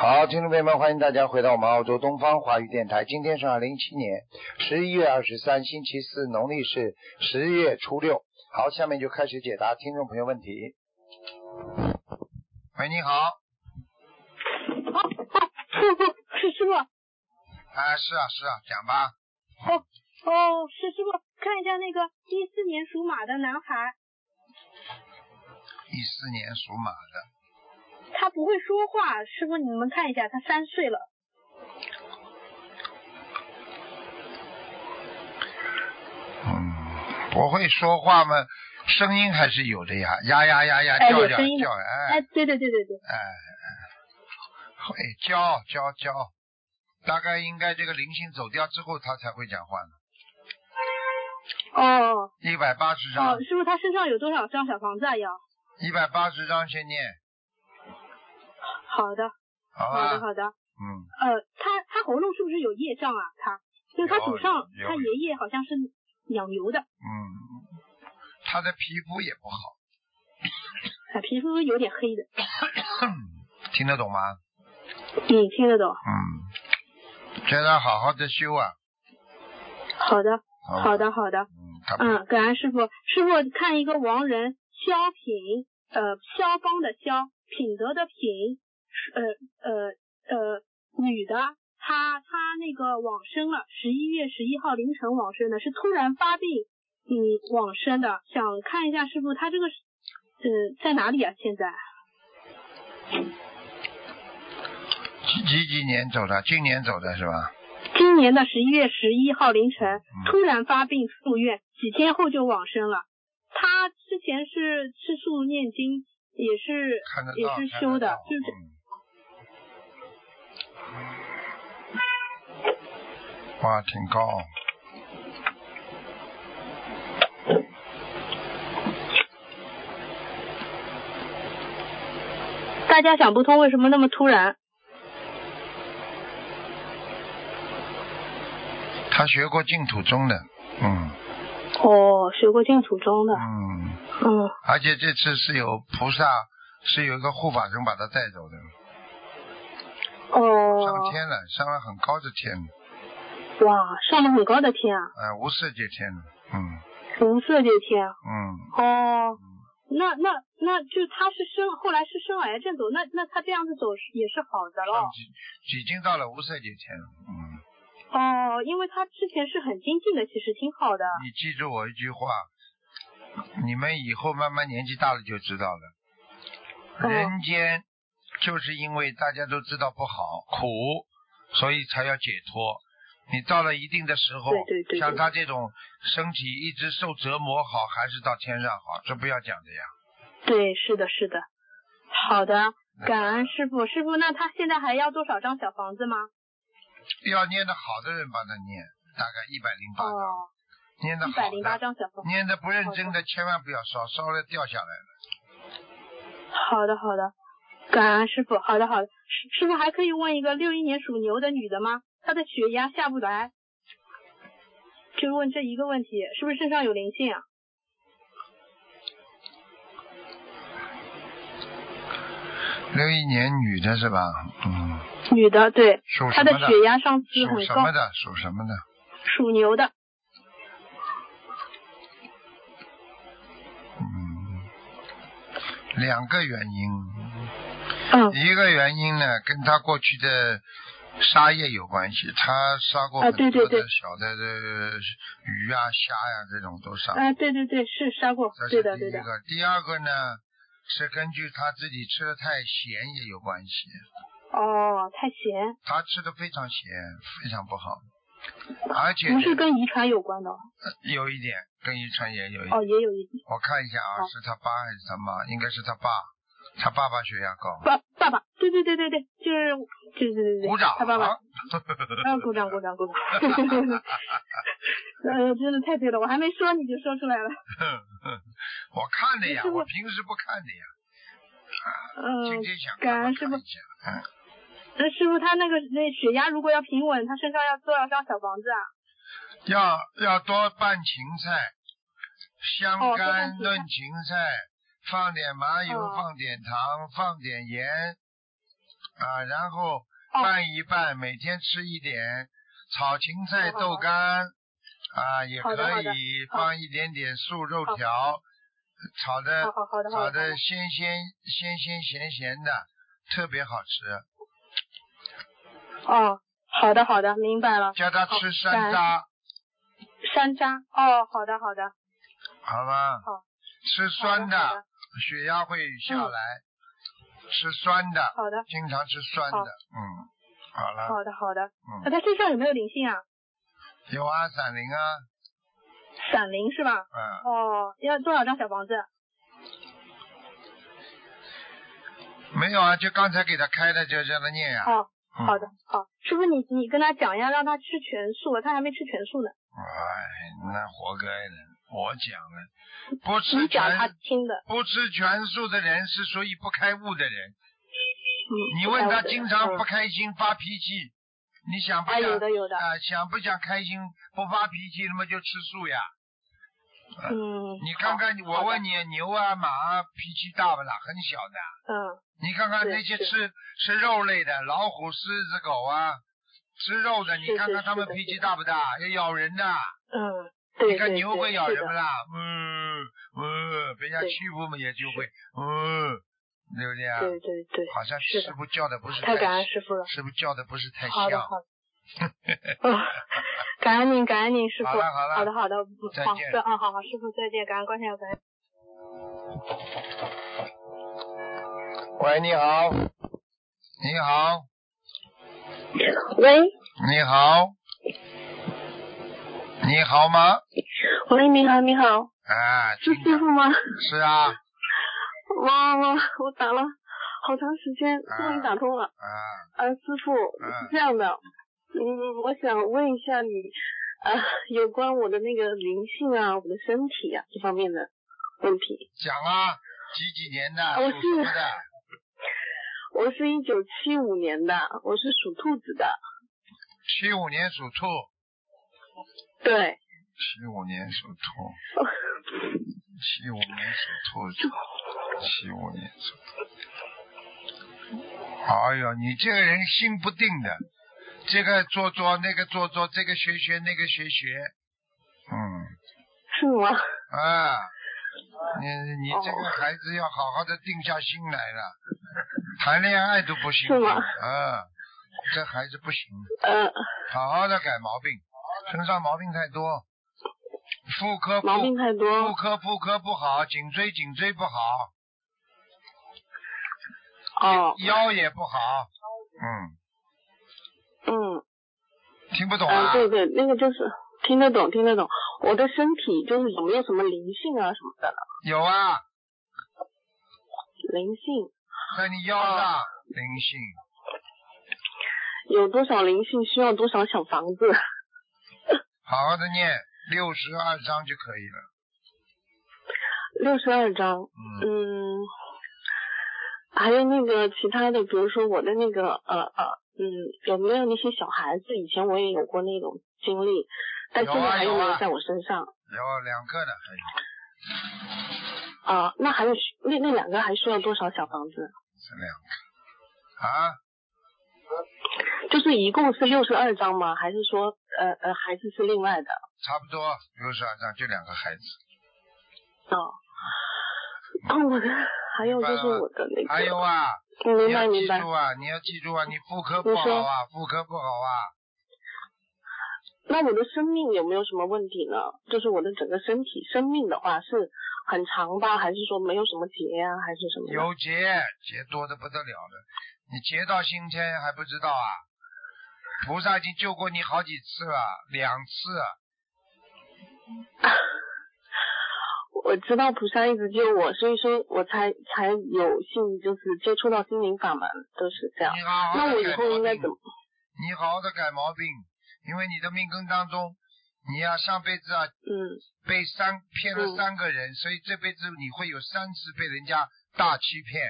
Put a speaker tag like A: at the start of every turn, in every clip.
A: 好，听众朋友们，欢迎大家回到我们澳洲东方华语电台。今天是二零一七年十一月二十三，星期四，农历是十月初六。好，下面就开始解答听众朋友问题。喂，你好，
B: 啊， 师傅，师师傅，
A: 啊，是啊，是啊，讲吧。
B: 哦哦，师师傅，看一下那个一四年属马的男孩，
A: 一四年属马的，
B: 他不会说话，师傅你们看一下，他三岁了，
A: 嗯，不会说话吗？声音还是有的呀，呀呀呀呀，
B: 哎
A: 叫
B: 有
A: 叫
B: 声音的
A: 叫，哎
B: 哎，对对对对对，
A: 哎，会教教教，大概应该这个灵性走掉之后，他才会讲话呢。哎
B: 哦
A: 一百八十张
B: 哦，，师傅他身上有多少张小房子啊？要，
A: 一百八十张先念，
B: 好的，
A: 好
B: 好的
A: 吧？
B: 好的，
A: 嗯，
B: 呃，他他喉咙是不是有业障啊？他就是他祖上
A: 有有
B: 他爷爷好像是养牛的，
A: 嗯，他的皮肤也不好，
B: 啊，皮肤有点黑的，
A: 听得懂吗？
B: 嗯，听得懂，
A: 嗯，叫他好好的修啊。
B: 好的
A: 好吧
B: 好。的好的。
A: 嗯，他不
B: 嗯，感恩师傅。师傅看一个亡人萧品，呃，萧邦的萧，品德的品，呃呃呃，女的，她她那个往生了，十一月十一号凌晨往生的，是突然发病，嗯，往生的。想看一下师傅，她这个是呃在哪里啊？现在
A: 几几几年走的？今年走的是吧？
B: 今年的十一月十一号凌晨
A: 嗯
B: 突然发病住院，几天后就往生了。她之前是吃素念经，也是
A: 看得
B: 也
A: 到，
B: 是
A: 看
B: 修
A: 得
B: 的
A: 到，
B: 就是
A: 嗯。哇，挺高。嗯
B: 大家想不通为什么那么突然。
A: 他学过净土宗的，嗯
B: 哦，学过净土宗的，
A: 嗯，
B: 嗯，
A: 而且这次是有菩萨，是有一个护法神把他带走的，上
B: 哦，
A: 天了，上了很高的天，
B: 哇，上了很高的天啊，
A: 呃，无色界天了，嗯
B: 无色界天啊。
A: 嗯，
B: 哦，那那那就他是生后来是生癌症走，那那他这样子走是也是好的了。
A: 已已经到了无色界天了，嗯。
B: 哦，因为他之前是很精进的，其实挺好的。
A: 你记住我一句话，你们以后慢慢年纪大了就知道了。
B: 哦
A: 人间就是因为大家都知道不好苦，所以才要解脱。你到了一定的时候，
B: 对对对对
A: 像他这种身体一直受折磨好，还是到天上好，这不要讲的呀。
B: 对，是的，是的。好的，
A: 嗯
B: 感恩师傅。师傅，那他现在还要多少张小房子吗？
A: 要念的好的人帮他念，大概一百零八章，
B: 哦，
A: 念的嗯
B: 一百
A: 好
B: 零八
A: 的，
B: 张小房子。
A: 念的不认真的千万不要烧，烧了掉下来了。
B: 好的，好的，感恩师傅。好的，好的，师师傅还可以问一个六一年属牛的女的吗？她的血压下不来，就问这一个问题，是不是身上有灵性啊？
A: 六一年女的是吧？嗯，
B: 女的，对，
A: 属哦什
B: 她
A: 么
B: 的血压上次
A: 属
B: 很
A: 什
B: 高
A: 么，的？属什么的？
B: 属牛的。
A: 嗯，两个原因，
B: 嗯，
A: 一个原因呢，跟他过去的杀业有关系，他杀过
B: 啊
A: 很
B: 对
A: 多
B: 对
A: 的
B: 对
A: 小的呃鱼啊、虾呀、这种都杀，
B: 啊，对对对，是杀过，
A: 这是
B: 对的，
A: 第
B: 对
A: 一
B: 的。
A: 个。第二个呢，是根据他自己吃的太咸也有关系，
B: 哦，太咸，
A: 他吃的非常咸，非常不好，而且
B: 不是跟遗传有关的哦，
A: 有一点跟遗传也有一点。
B: 哦也有一
A: 我看一下啊，
B: 好
A: 是他爸还是他妈？应该是他爸，他爸爸血压高。
B: 爸爸爸，对对对对对，就是就是对对对
A: 鼓，掌！啊
B: 他爸爸啊，鼓掌鼓掌鼓掌！ 呃，真的太对了，我还没说你就说出来了。
A: 我看的呀，
B: 师傅
A: 我平时不看的呀，今
B: 嗯，
A: 天想
B: 感
A: 看我
B: 恩
A: 看
B: 师
A: 一
B: 傅
A: 下。
B: 那师傅他那个那血压如果要平稳，他身上要多少张小房子啊？
A: 要要多拌芹菜，香
B: 哦多
A: 干
B: 拌芹菜
A: 炖芹菜，放点麻油，
B: 哦
A: 放点糖，放点盐，啊，然后
B: 哦
C: 哦
A: 拌一拌，每天吃一点，炒芹菜、
C: 好的
A: 豆干啊也
C: 好的
A: 可
C: 好的
A: 以，
C: 好
A: 放一点点素肉条，炒
C: 好
A: 的
C: 好好的好的
A: 炒
C: 好
A: 哎的
C: 的，
A: 鲜鲜鲜鲜咸咸的，特别好吃。
C: 哦，好的好的，明白了。
A: 叫他吃山
C: 感
A: 楂，
C: 山楂，哦，好的好的，
A: 好吗？
C: 好好
A: 吃酸
C: 的好的
A: 血压会下来。吃酸的，
C: 好的
A: 经常吃酸的，
C: 好
A: 嗯，好了，
C: 好的好的。那
A: 嗯，
C: 他身上有没有灵性啊？
A: 有啊，闪灵啊，
C: 闪灵是吧？
A: 嗯，
C: 哦，要多少张小房子？
A: 没有啊，就刚才给他开的，就让他念呀、
C: 哦，
A: 嗯
C: 好的，好，师傅你你跟他讲一下，让他吃全素，他还没吃全素呢。
A: 哎，那活该的，我讲了，不吃
C: 你讲他
A: 全
C: 听的，
A: 不吃全素的人是属于不开悟的人。
C: 嗯，
A: 你
C: 不
A: 问
C: 太
A: 他
C: 好的
A: 经常不
C: 嗯
A: 开心发脾气，你想不
C: 啊，有
A: 想
C: 的有的，
A: 啊？想不想开心不发脾气，那么就吃素呀？
C: 嗯，
A: 呃你看看
C: 好
A: 我问，
C: 好的
A: 你，牛啊马啊脾气大不啦？很小的。
C: 嗯，
A: 你看看
C: 是
A: 那些
C: 是
A: 吃吃肉类的，老虎、狮子、狗啊，吃肉的，你
C: 是
A: 看
C: 是
A: 看他
C: 是
A: 们
C: 的
A: 脾
C: 是
A: 气
C: 的
A: 大不大？要咬人的。
C: 嗯，对
A: 你看
C: 对
A: 牛
C: 对
A: 会咬
C: 是
A: 人
C: 的
A: 不啦？嗯嗯，被人家
C: 对
A: 欺负嘛也就会嗯，对不对啊？
C: 对对对，
A: 好像
C: 是
A: 师
C: 的
A: 傅教的不是
C: 太感
A: 太
C: 恩，师傅了。
A: 师傅教的不是太像。
C: 好的好的， 啊，感恩您感恩您师傅。
A: 好了好了
C: 好的好的，
A: 再
C: 好
A: 见
C: 的嗯好好师傅再见，感恩观世音菩萨。
A: 喂，你好，你好，
B: 喂
A: 你好，你好吗？
B: 喂，你好，你好，
A: 啊，
B: 是
A: 真
B: 师
A: 的
B: 傅吗？
A: 是啊，
B: 哇哇，我打了好长时间，终于打通了。
A: 啊，
B: 啊，师傅是这样的，嗯，我想问一下你，啊，有关我的那个灵性啊，我的身体啊这方面的问题。
A: 讲啊，几几年的，
B: 我
A: 属什么
B: 是
A: 的？
B: 我是一九七五年的，我是属兔子的，
A: 七五年属兔，
B: 对，
A: 七五年属兔，七五年属兔，七五年属兔。哎呦，你这个人心不定的，这个做做，那个做做，这个学学，那个学学，嗯。
B: 是吗？
A: 啊，你你这个
B: 哦
A: 孩子要好好的定下心来了，谈恋爱都不行，
B: 是吗
A: 啊，这孩子不行，
B: 呃，
A: 好好的改毛病，身上毛病太多，妇科
B: 毛病
A: 妇
B: 太
A: 妇
B: 多。
A: 科妇科不好，颈椎颈椎不好，
B: 哦，
A: 腰也不好，嗯，
B: 嗯，
A: 听不懂
B: 啊，
A: 啊？
B: 对对，那个就是听得懂，听得懂。我的身体就是有没有什么灵性啊什么的呢？
A: 有啊，
B: 灵性。
A: 在你腰上灵性，
B: 有多少灵性需要多少小房子？
A: 好好的念六十二章就可以了，
B: 六十二张。
A: 嗯。
B: 嗯，还有那个其他的，比如说我的那个呃呃嗯，有没有那些小孩子？以前我也有过那种经历，但
A: 有
B: 现
A: 啊
B: 在还有没
A: 有
B: 有
A: 啊
B: 在我身上？
A: 有两个的，还有
B: 啊、那还有需那那两个还需要多少小房子？
A: 这两个啊。
B: 就是一共是六十二张吗？还是说呃呃孩子是另外的？
A: 差不多，六十二张就两个孩子，
B: 哦，
A: 嗯
B: 哦我的还有就是我的那个，
A: 还有啊，
B: 嗯明
A: 你
B: 白
A: 要
B: 明
A: 记
B: 白
A: 住。啊，你要记住啊，你妇科不好啊，妇科不好啊，
B: 那我的生命有没有什么问题呢？就是我的整个身体，生命的话是很长吧，还是说没有什么结呀、还是什么？。
A: 有结结多的不得了了，你结到今天还不知道啊，菩萨已经救过你好几次了，两次啊了，
B: 我知道菩萨一直救我，所以说我才才有幸就是接触到心灵法门，就是这样。
A: 你好好
B: 那我
A: 的
B: 以
A: 改
B: 后应
A: 毛
B: 该
A: 病
B: 怎，么？
A: 你嗯好好的改毛病，因为你的命根当中，你呀、上辈子啊
B: 嗯，
A: 被三骗了
B: 嗯
A: 三个人，所以这辈子你会有三次被人家大欺骗，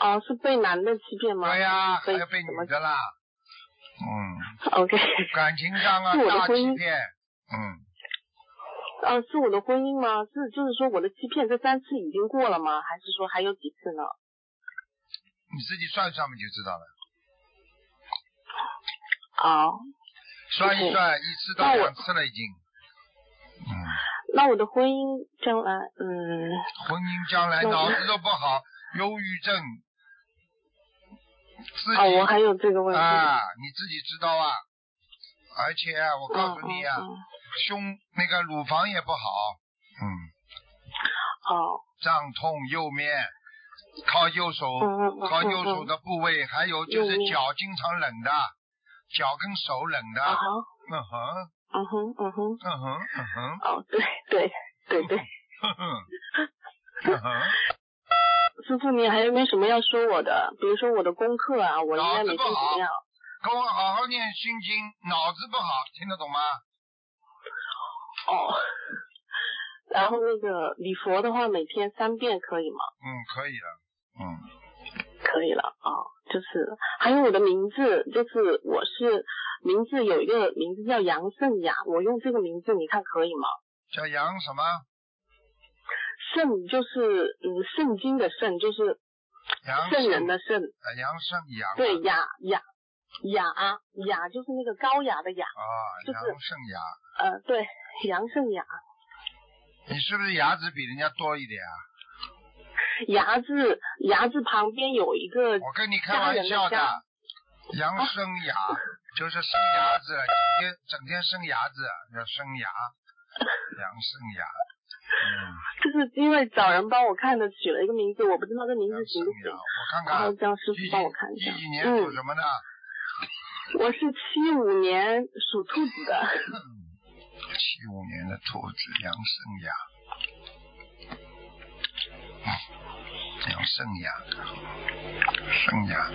B: 哦，是被男的欺骗吗？
A: 对哎呀、还
B: 被
A: 要被
B: 什么
A: 女的啦。嗯，
B: ？OK，
A: 感情上啊
B: 是我的
A: 大
B: 婚
A: 欺
B: 姻
A: 骗，嗯，
B: 呃，是我的婚姻吗？是就是说我的欺骗这三次已经过了吗？还是说还有几次呢？
A: 你自己算一算嘛，就知道了。
B: 哦，
A: 算一算，一次到两次了已经。嗯，
B: 那我的婚姻将来，嗯，
A: 婚姻将来
B: 那我
A: 脑子都不好，忧郁症，自己
B: 哦，我还有这个问题。
A: 啊，你自己知道啊。而且啊我
B: 嗯，
A: 告诉你啊，
B: 嗯嗯
A: 胸那个乳房也不好，嗯，
B: 哦，
A: 胀痛右面，靠右手，
B: 嗯嗯嗯
A: 靠右手
B: 嗯
A: 的部位，还有就是
B: 右面
A: 脚经常冷的，脚跟手冷的，
B: 啊哈，
A: 嗯哼，
B: 嗯哼，嗯哼，
A: 嗯哼，嗯哼，
B: 哦，对对对对，
A: 哼哼，嗯 哼，
B: 师傅，你还有没有什么要说我的？比如说我的功课啊，我应
A: 脑
B: 该
A: 子
B: 每
A: 不
B: 天怎
A: 好
B: 么样？
A: 给我好好念心经，脑子不好，听得懂吗？
B: 哦，然后那个礼佛的话，每天三遍可以吗？
A: 嗯，可以了，嗯，
B: 可以了啊、哦，就是还有我的名字，就是我是名字有一个名字叫杨胜雅，我用这个名字你看可以吗？
A: 叫杨什么？
B: 圣就是嗯圣经的圣，就是
A: 杨
B: 圣人
A: 胜
B: 的圣，
A: 呃杨胜杨啊
B: 对雅雅雅啊雅就是那个高雅的雅，
A: 啊，
B: 就是
A: 杨胜杨，
B: 呃对杨胜雅，
A: 你是不是牙齿比人家多一点啊？
B: 牙字牙字旁边有一个
A: 我跟你开玩笑的
B: 嗯家啊人，
A: 杨生牙就是生牙子，整天整天生牙子，要生 牙，杨生牙，嗯，
B: 就是因为找人帮我看的，取了一个名字，我不知道这名
A: 杨
B: 字嗯
A: 生
B: 行不
A: 牙，
B: 行，
A: 我看
B: 然后
A: 看，
B: 叫师
A: 一
B: 傅帮我看一
A: 几
B: 下
A: 几。年属
B: 嗯，
A: 什么的？
B: 我是七五年属兔子的，
A: 七五年的兔子，杨生牙。嗯杨圣雅，圣雅，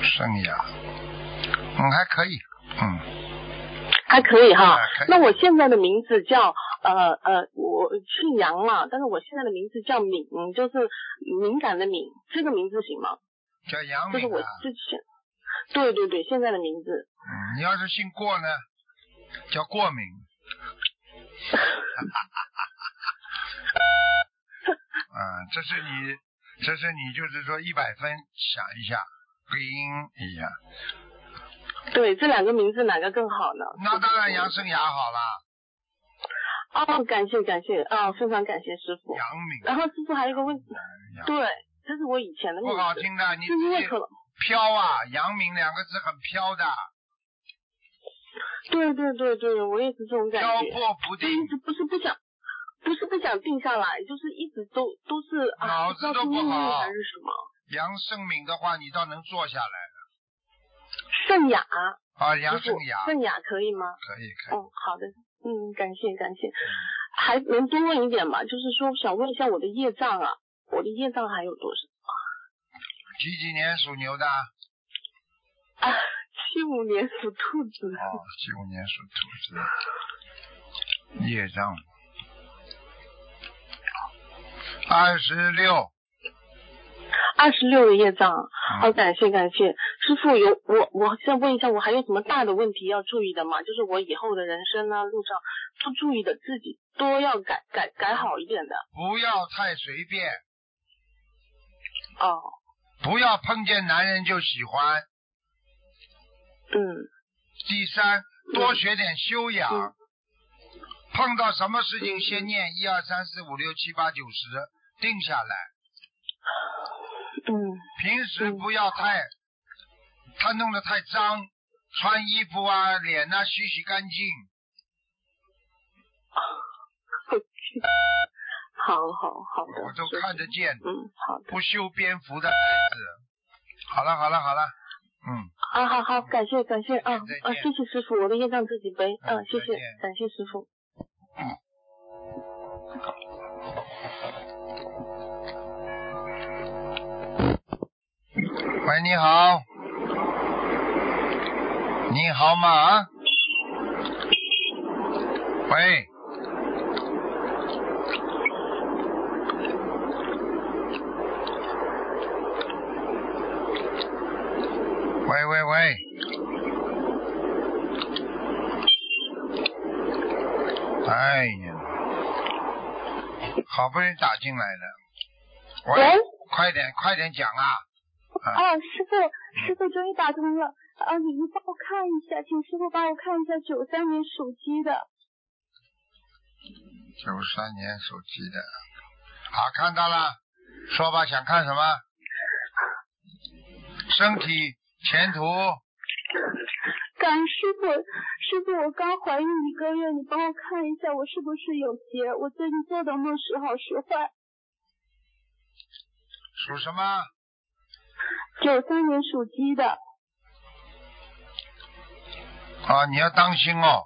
A: 圣雅，嗯，还可以，嗯，
B: 还可以哈
A: 啊可以。
B: 那我现在的名字叫呃呃，我姓杨嘛，但是我现在的名字叫敏，就是敏感的敏，这个名字行吗？
A: 叫杨
B: 就是
A: 敏
B: 我
A: 啊。
B: 之前，对对对，现在的名字。
A: 嗯，你要是姓过呢，叫过敏。 嗯，这是你，这是你，就是说一百分想一下，冰一下，
B: 对，这两个名字哪个更好呢？
A: 那当然杨生雅好啦，
B: 哦，感谢感谢，哦，非常感谢师傅。
A: 杨敏，
B: 然后师傅还有一个问题，
A: 杨
B: 对，这是我以前的名
A: 不好
B: 字，
A: 听的，你
B: 是因
A: 自
B: 为
A: 己
B: 可能，
A: 飘啊，杨敏两个字很飘的，
B: 对对对对，我也是这种感
A: 漂
B: 觉，
A: 泊不
B: 就
A: 定，
B: 一直不是不想，不是不想定下来，就是一直都都是啊，
A: 脑
B: 不
A: 子
B: 知道
A: 都
B: 是
A: 不
B: 命运
A: 好
B: 还是什么。
A: 杨胜敏的话，你倒能坐下来
B: 圣雅，
A: 啊，杨
B: 师
A: 胜
B: 傅
A: 雅，可
B: 圣雅可以吗？
A: 以可以，
B: 嗯，好的，嗯，感谢感谢，还能多问一点吗？就是说想问一下我的业障啊，我的业障还有多少？
A: 几几年属牛的？哦
B: 啊，七五年属兔子的，
A: 哦，七五年属兔子，业障二十六，
B: 二十六的业障，啊好、
A: 嗯
B: 感谢感谢，师傅有我我想问一下，我还有什么大的问题要注意的吗？就是我以后的人生啊路上都注意的自己都要改改改好一点的
A: 不要太随便，
B: 哦，
A: 不要碰见男人就喜欢。
B: 嗯
A: 第三，多学点修养，
B: 嗯
A: 碰到什么事情
B: 嗯
A: 先念一二三四五六七八九十，定下来。
B: 嗯
A: 平时
B: 嗯
A: 不要太，他弄得太脏，穿衣服啊、脸呐、洗洗干净。
B: 好好好的，
A: 我都
B: 师傅
A: 看得见，
B: 嗯好的
A: 不修边幅的孩子。好了好了好了，嗯，
B: 啊好好感谢感谢啊
A: 再见
B: 啊谢谢师傅，我的业障自己背，
A: 嗯
B: 嗯、谢
A: 再
B: 谢
A: 见
B: 感谢师傅。
A: 喂，你好，你好嘛啊？喂，喂喂喂，哎呀，好不容易打进来了，喂，快点快点讲啊！嗯
B: 哦，师傅，师傅终于打通了。啊，你你帮我看一下，请师傅帮我看一下九三年属鸡的。
A: 九三年属鸡的，好看到了，说吧，想看什么？身体、前途。
B: 感恩师傅，师傅，我刚怀孕一个月，你帮我看一下我是不是有劫？我最近做的梦时好时坏。
A: 属什么？
B: 九三年属鸡的。
A: 啊，你要当心哦，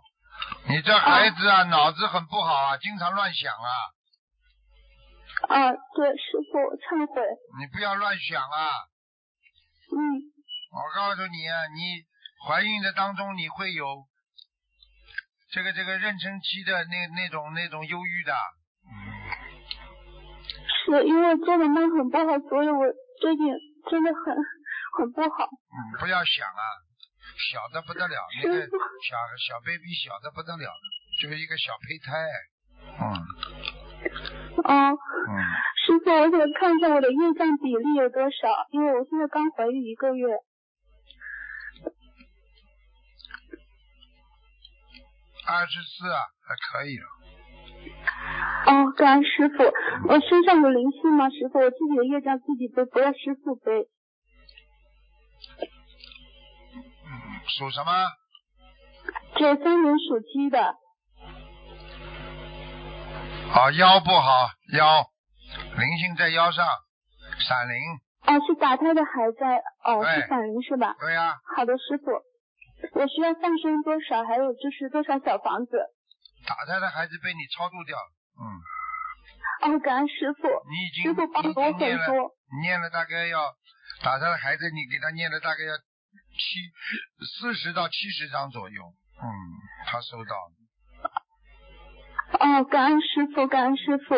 A: 你这孩子啊，脑子很不好啊，经常乱想啊。
B: 啊，对，师傅，我忏悔。
A: 你不要乱想啊！
B: 嗯，
A: 我告诉你啊，你怀孕的当中你会有这个这个妊娠期的那那种那种忧郁的。
B: 是因为做的梦很不好，所以我最近真的很很不好。
A: 嗯，不要想啊，小的不得了，那个小小 baby 小的不得了，就是一个小胚胎。嗯
B: 嗯，
A: 嗯，
B: 师傅，我想看一下我的月障比例有多少，因为我现在刚怀孕一个月。
A: 二十四啊，还可以了。
B: 哦，感恩师傅，我身上有灵性吗？师傅，我自己的业障自己背，不要师傅背。
A: 嗯，属什么？
B: 九三年属鸡的，
A: 啊，腰不好，腰灵性在腰上，闪灵。
B: 哦，是打胎的还在，哦，
A: 对
B: 是散灵是吧？
A: 对呀、
B: 好的，师傅，我需要放生多少？还有就是多少小房子？
A: 打胎的孩子被你超度掉了。嗯，
B: 哦，感恩师傅，
A: 你已经
B: 师傅帮了
A: 已经
B: 我很
A: 念了
B: 多。
A: 念了大概要打他的孩子，你给他念了大概要七四十到七十张左右。嗯，他收到了。
B: 哦，感恩师傅，感恩师傅。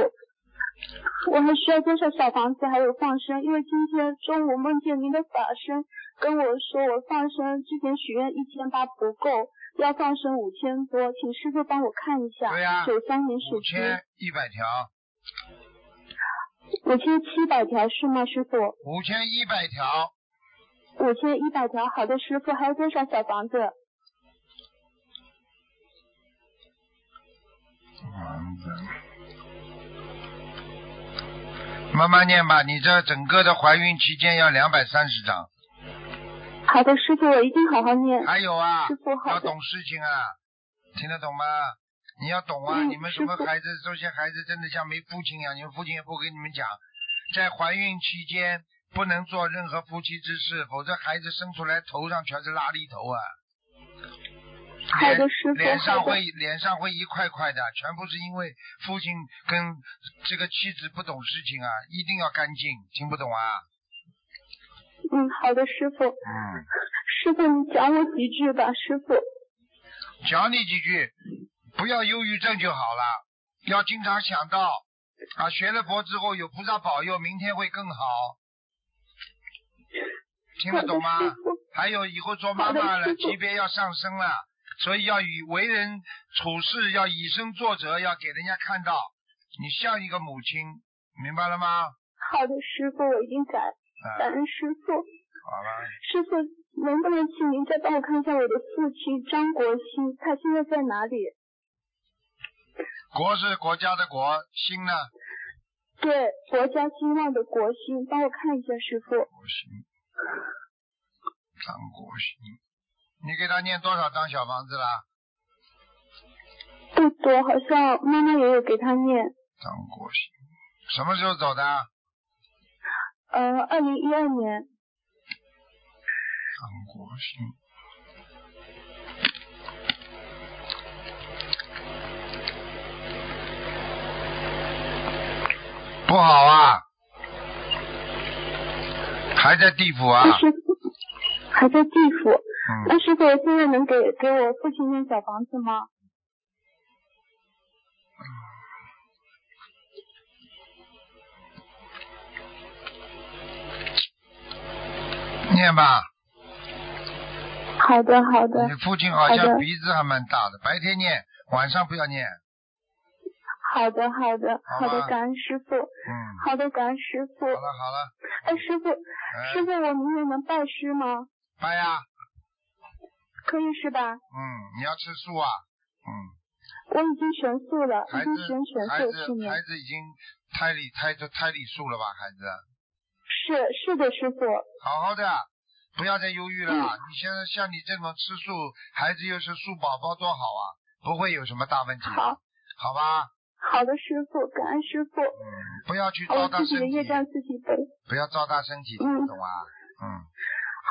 B: 我还需要多少小房子，还有放生？因为今天中午梦见您的法身跟我说，我放生之前许愿一千八不够，要放生五千多，请师傅帮我看一下。
A: 对呀
B: 九三年属
A: 五
B: 鸡，
A: 千一百条，
B: 五千七百条是吗，师傅？
A: 五千一百条，
B: 五千一百条，好的，师傅，还有多少小房子？
A: 慢慢念吧。你这整个的怀孕期间要两百三十张。
B: 好的，师傅，我一定好好念。
A: 还有啊
B: 师傅，好
A: 要
B: 的
A: 懂事情啊，听得懂吗？你要懂啊！
B: 嗯
A: 你们什么
B: 师傅
A: 孩子，这些孩子真的像没父亲一样，你们父亲也不跟你们讲，在怀孕期间不能做任何夫妻之事，否则孩子生出来头上全是拉力头啊，
B: 好
A: 脸
B: 的，师傅，
A: 脸上
B: 好的
A: 会，脸上会一块块的，全部是因为父亲跟这个妻子不懂事情啊，一定要干净，听不懂啊？
B: 嗯，好的，师傅，
A: 嗯，
B: 师傅，你讲我几句吧，师傅。
A: 教你几句，不要忧郁症就好了，要经常想到啊，学了佛之后有菩萨保佑，明天会更好。听得懂吗
B: 好的师？傅
A: 还有以后做妈妈
B: 好的
A: 了，
B: 师傅
A: 级别要上升了，所以要以为人处事要以身作则，要给人家看到你像一个母亲，明白了吗？
B: 好的，师傅，我一定改。
A: 啊，
B: 感恩师傅，
A: 好了，
B: 师傅能不能请您再帮我看一下我的父亲张国兴，他现在在哪里？
A: 国是国家的国，心呢？
B: 对，国家兴旺的国兴，帮我看一下，师傅。
A: 国兴，张国兴，你给他念多少张小房子啦？
B: 不多，好像妈妈也有给他念。
A: 张国兴，什么时候走的？张
B: 呃，二零一二年，
A: 国兴，不好啊，还在地府啊
B: 那，师傅还在地府。
A: 嗯，
B: 那师傅，我现在能给给我父亲念小房子吗？
A: 念吧。
B: 好的，好的
A: 嗯你，父亲好
B: 好
A: 像
B: 的
A: 嗯鼻子还蛮大的，白天念，晚上不要念。
B: 好的，好的，
A: 好
B: 好
A: 吧
B: 的，感恩师傅，
A: 嗯，
B: 好的，感恩师傅
A: 好。了好了，
B: 哎，师傅，
A: 哎
B: 师傅，我明天能拜师吗？
A: 拜呀，
B: 可以是吧？
A: 嗯，你要吃素啊，嗯，
B: 我已经全素了，已
A: 孩
B: 经
A: 子
B: 全全
A: 孩
B: 素了去
A: 子
B: 年
A: 孩。子已经胎里胎就胎里素了吧，孩子，啊
B: 是是的，师傅。
A: 好好的，不要再忧郁了。
B: 嗯
A: 你现在像你这种吃素，孩子又是素宝宝，多好啊，不会有什么大问题的，
B: 好
A: 好吧？
B: 好的，师傅，感恩师傅。
A: 嗯，不要去
B: 哦
A: 糟
B: 我
A: 蹋
B: 自己的
A: 身
B: 业障
A: 体，
B: 自己背。
A: 嗯不要糟蹋身体，听不懂啊？嗯，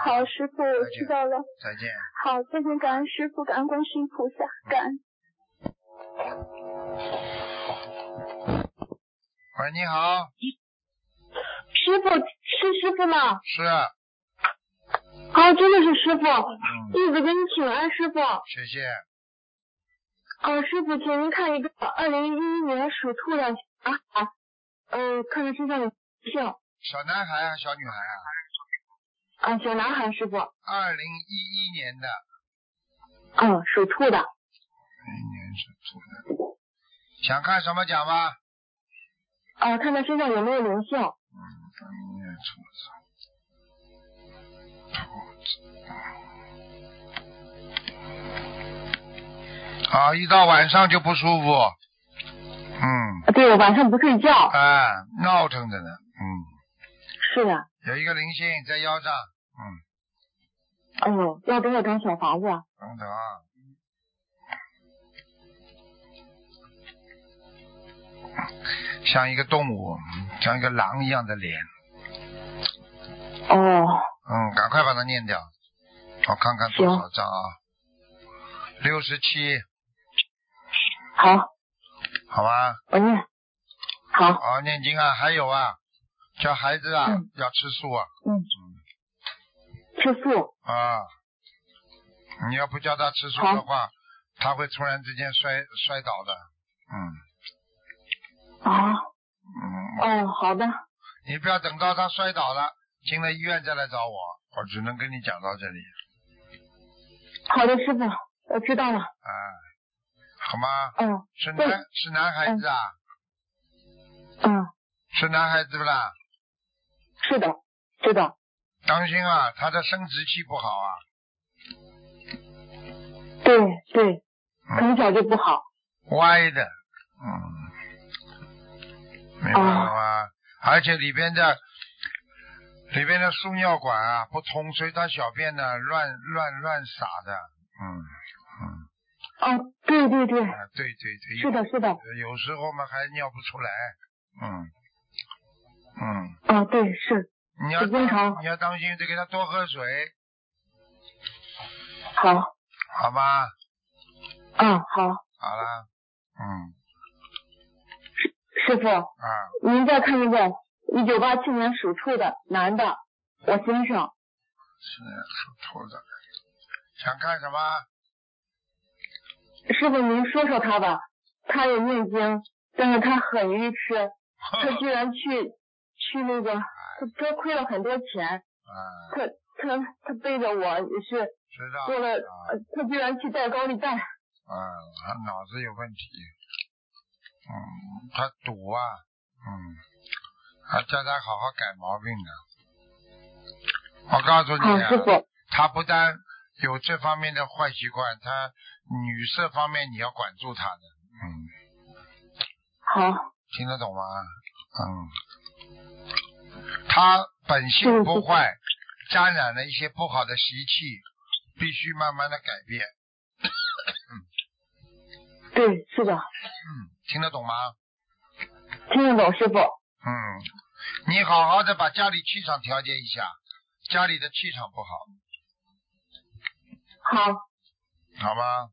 B: 好，师傅，我知道了。
A: 再见。
B: 好，再见，感恩师傅，感恩观世音菩萨，
A: 嗯
B: 感恩。
A: 喂，你好，
B: 师傅是师傅吗？
A: 是，
B: 哦，真的是师傅，
A: 嗯，
B: 弟子给你请安，师傅。
A: 谢谢。
B: 哦，师傅，请您看一个二零一一年属兔的小孩，啊呃，看看身上的性
A: 小男孩啊，小女孩啊，
B: 啊，小男孩，师傅，
A: 二零一一年的，
B: 嗯，属兔的。
A: 一年是兔的，想看什么奖吗？
B: 啊，看看身上有没有灵性。
A: 明年兔子，兔子，啊，一到晚上就不舒服，嗯，
B: 啊对，我晚上不睡觉。
A: 哎，闹腾着呢，嗯，
B: 是的。
A: 有一个灵性在腰上，嗯，
B: 哎呦，要多少张小房子？啊？
A: 等等啊，像一个动物，嗯像一个狼一样的脸，
B: 哦，
A: 嗯，赶快把它念掉，我看看多少张啊？六十七，
B: 好，
A: 好吧？
B: 我念。好，
A: 好好念经啊，还有啊，叫孩子啊、
B: 嗯
A: 要吃素啊
B: 嗯，吃素。
A: 啊！你要不叫他吃素的话，他会突然之间摔摔倒的。嗯
B: 啊，
A: 嗯，
B: 哦，好的，
A: 你不要等到他摔倒了，进了医院再来找我，我只能跟你讲到这里
B: 好的，师傅，我知道了。
A: 啊，好吗？
B: 嗯
A: 是男是男孩子啊，
B: 嗯，
A: 是男孩子不啦？
B: 是的，知道。
A: 当心啊，他的生殖器不好啊。
B: 对对，
A: 嗯
B: 从小就不好。
A: 歪的，嗯，明白了吗？而且里边的里边的输尿管啊不通，所以它小便呢乱乱乱撒的，嗯嗯，
B: 哦，对对对，
A: 啊对对对，
B: 是的，是的。
A: 有，有时候嘛还尿不出来，嗯嗯，
B: 啊，对，是。
A: 你要
B: 我经常
A: 你要当心，得给他多喝水，
B: 好，
A: 好吧？
B: 嗯，好，
A: 好了，嗯
B: 师傅，
A: 啊，
B: 您再看一个一九八七年属兔的男的，我先生，
A: 是属兔的，想看什么？
B: 师傅您说说他吧，他也念经，但是他很愚痴， 他居然去去那个，他他亏了很多钱，
A: 啊，
B: 他他他背着我也是
A: 知道。
B: 做了，
A: 啊
B: 呃他居然去贷高利贷，
A: 啊，他脑子有问题，嗯，他赌啊，嗯，还叫他好好改毛病呢。我告诉
B: 好
A: 你
B: 师
A: 啊，
B: 傅，
A: 他不但有这方面的坏习惯，他女色方面你要管住他的，嗯，
B: 好，
A: 听得懂吗？嗯，他本性不坏，沾染了一些不好的习气，必须慢慢的改变，
B: 对，是的，
A: 嗯，听得懂吗？
B: 听得懂师傅，
A: 嗯，你好好的把家里气场调节一下，家里的气场不好，
B: 好，
A: 好吗？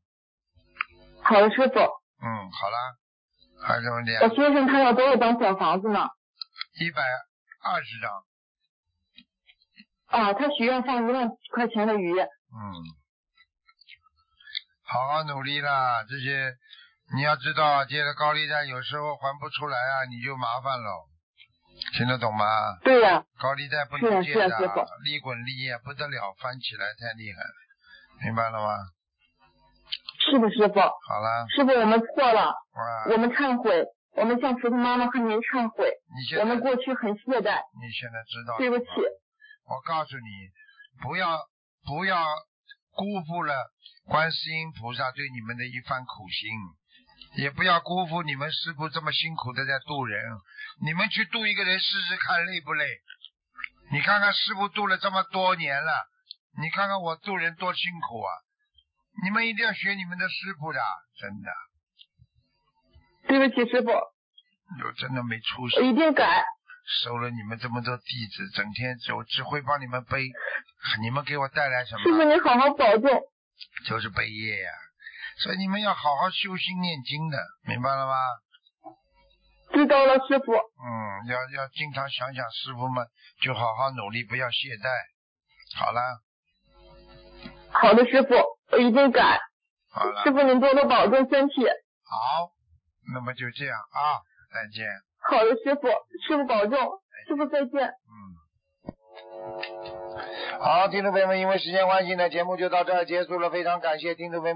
B: 好的师傅。
A: 嗯，好了，还有什么问题啊？
B: 我先生他要多少张小房子呢？
A: 一百二十张，
B: 啊，他许愿放一万块钱的鱼。
A: 嗯，好好努力啦，这些你要知道，借了高利贷有时候还不出来啊，你就麻烦喽，听得懂吗？
B: 对呀、
A: 高利贷不
B: 是
A: 能
B: 啊
A: 借
B: 是啊
A: 的
B: 师傅，
A: 利滚利啊，不得了，翻起来太厉害了，明白了吗？
B: 是的，师傅，
A: 好了，
B: 师傅我们错了，
A: 哇，
B: 我们忏悔，我们向菩萨妈妈和您忏悔，
A: 你现
B: 我
A: 在
B: 们过去很懈怠，
A: 你现在知道了吗
B: 对不起，
A: 我告诉你，不要不要辜负了观世音菩萨对你们的一番苦心，也不要辜负你们师傅这么辛苦的在渡人。你们去渡一个人试试看累不累？你看看师傅渡了这么多年了，你看看我渡人多辛苦啊！你们一定要学你们的师傅的，真的，
B: 对不起师傅，我
A: 我真的没出息。
B: 一定改。
A: 收了你们这么多弟子，整天就只会帮你们背，你们给我带来什
B: 师傅
A: 么？
B: 您好好保重。
A: 就是背业呀、所以你们要好好修心念经的，明白了吗？
B: 知道了，师傅。
A: 嗯，要要经常想想师傅们，就好好努力，不要懈怠。好了，
B: 好的，师傅，我一定改。
A: 好了
B: 师，傅您多多保重身体。
A: 好，那么就这样啊，再见。
B: 好的，师傅，师傅保重，师傅再见。
A: 嗯好，听众朋友们，因为时间关系呢，节目就到这儿结束了。非常感谢听众朋友们。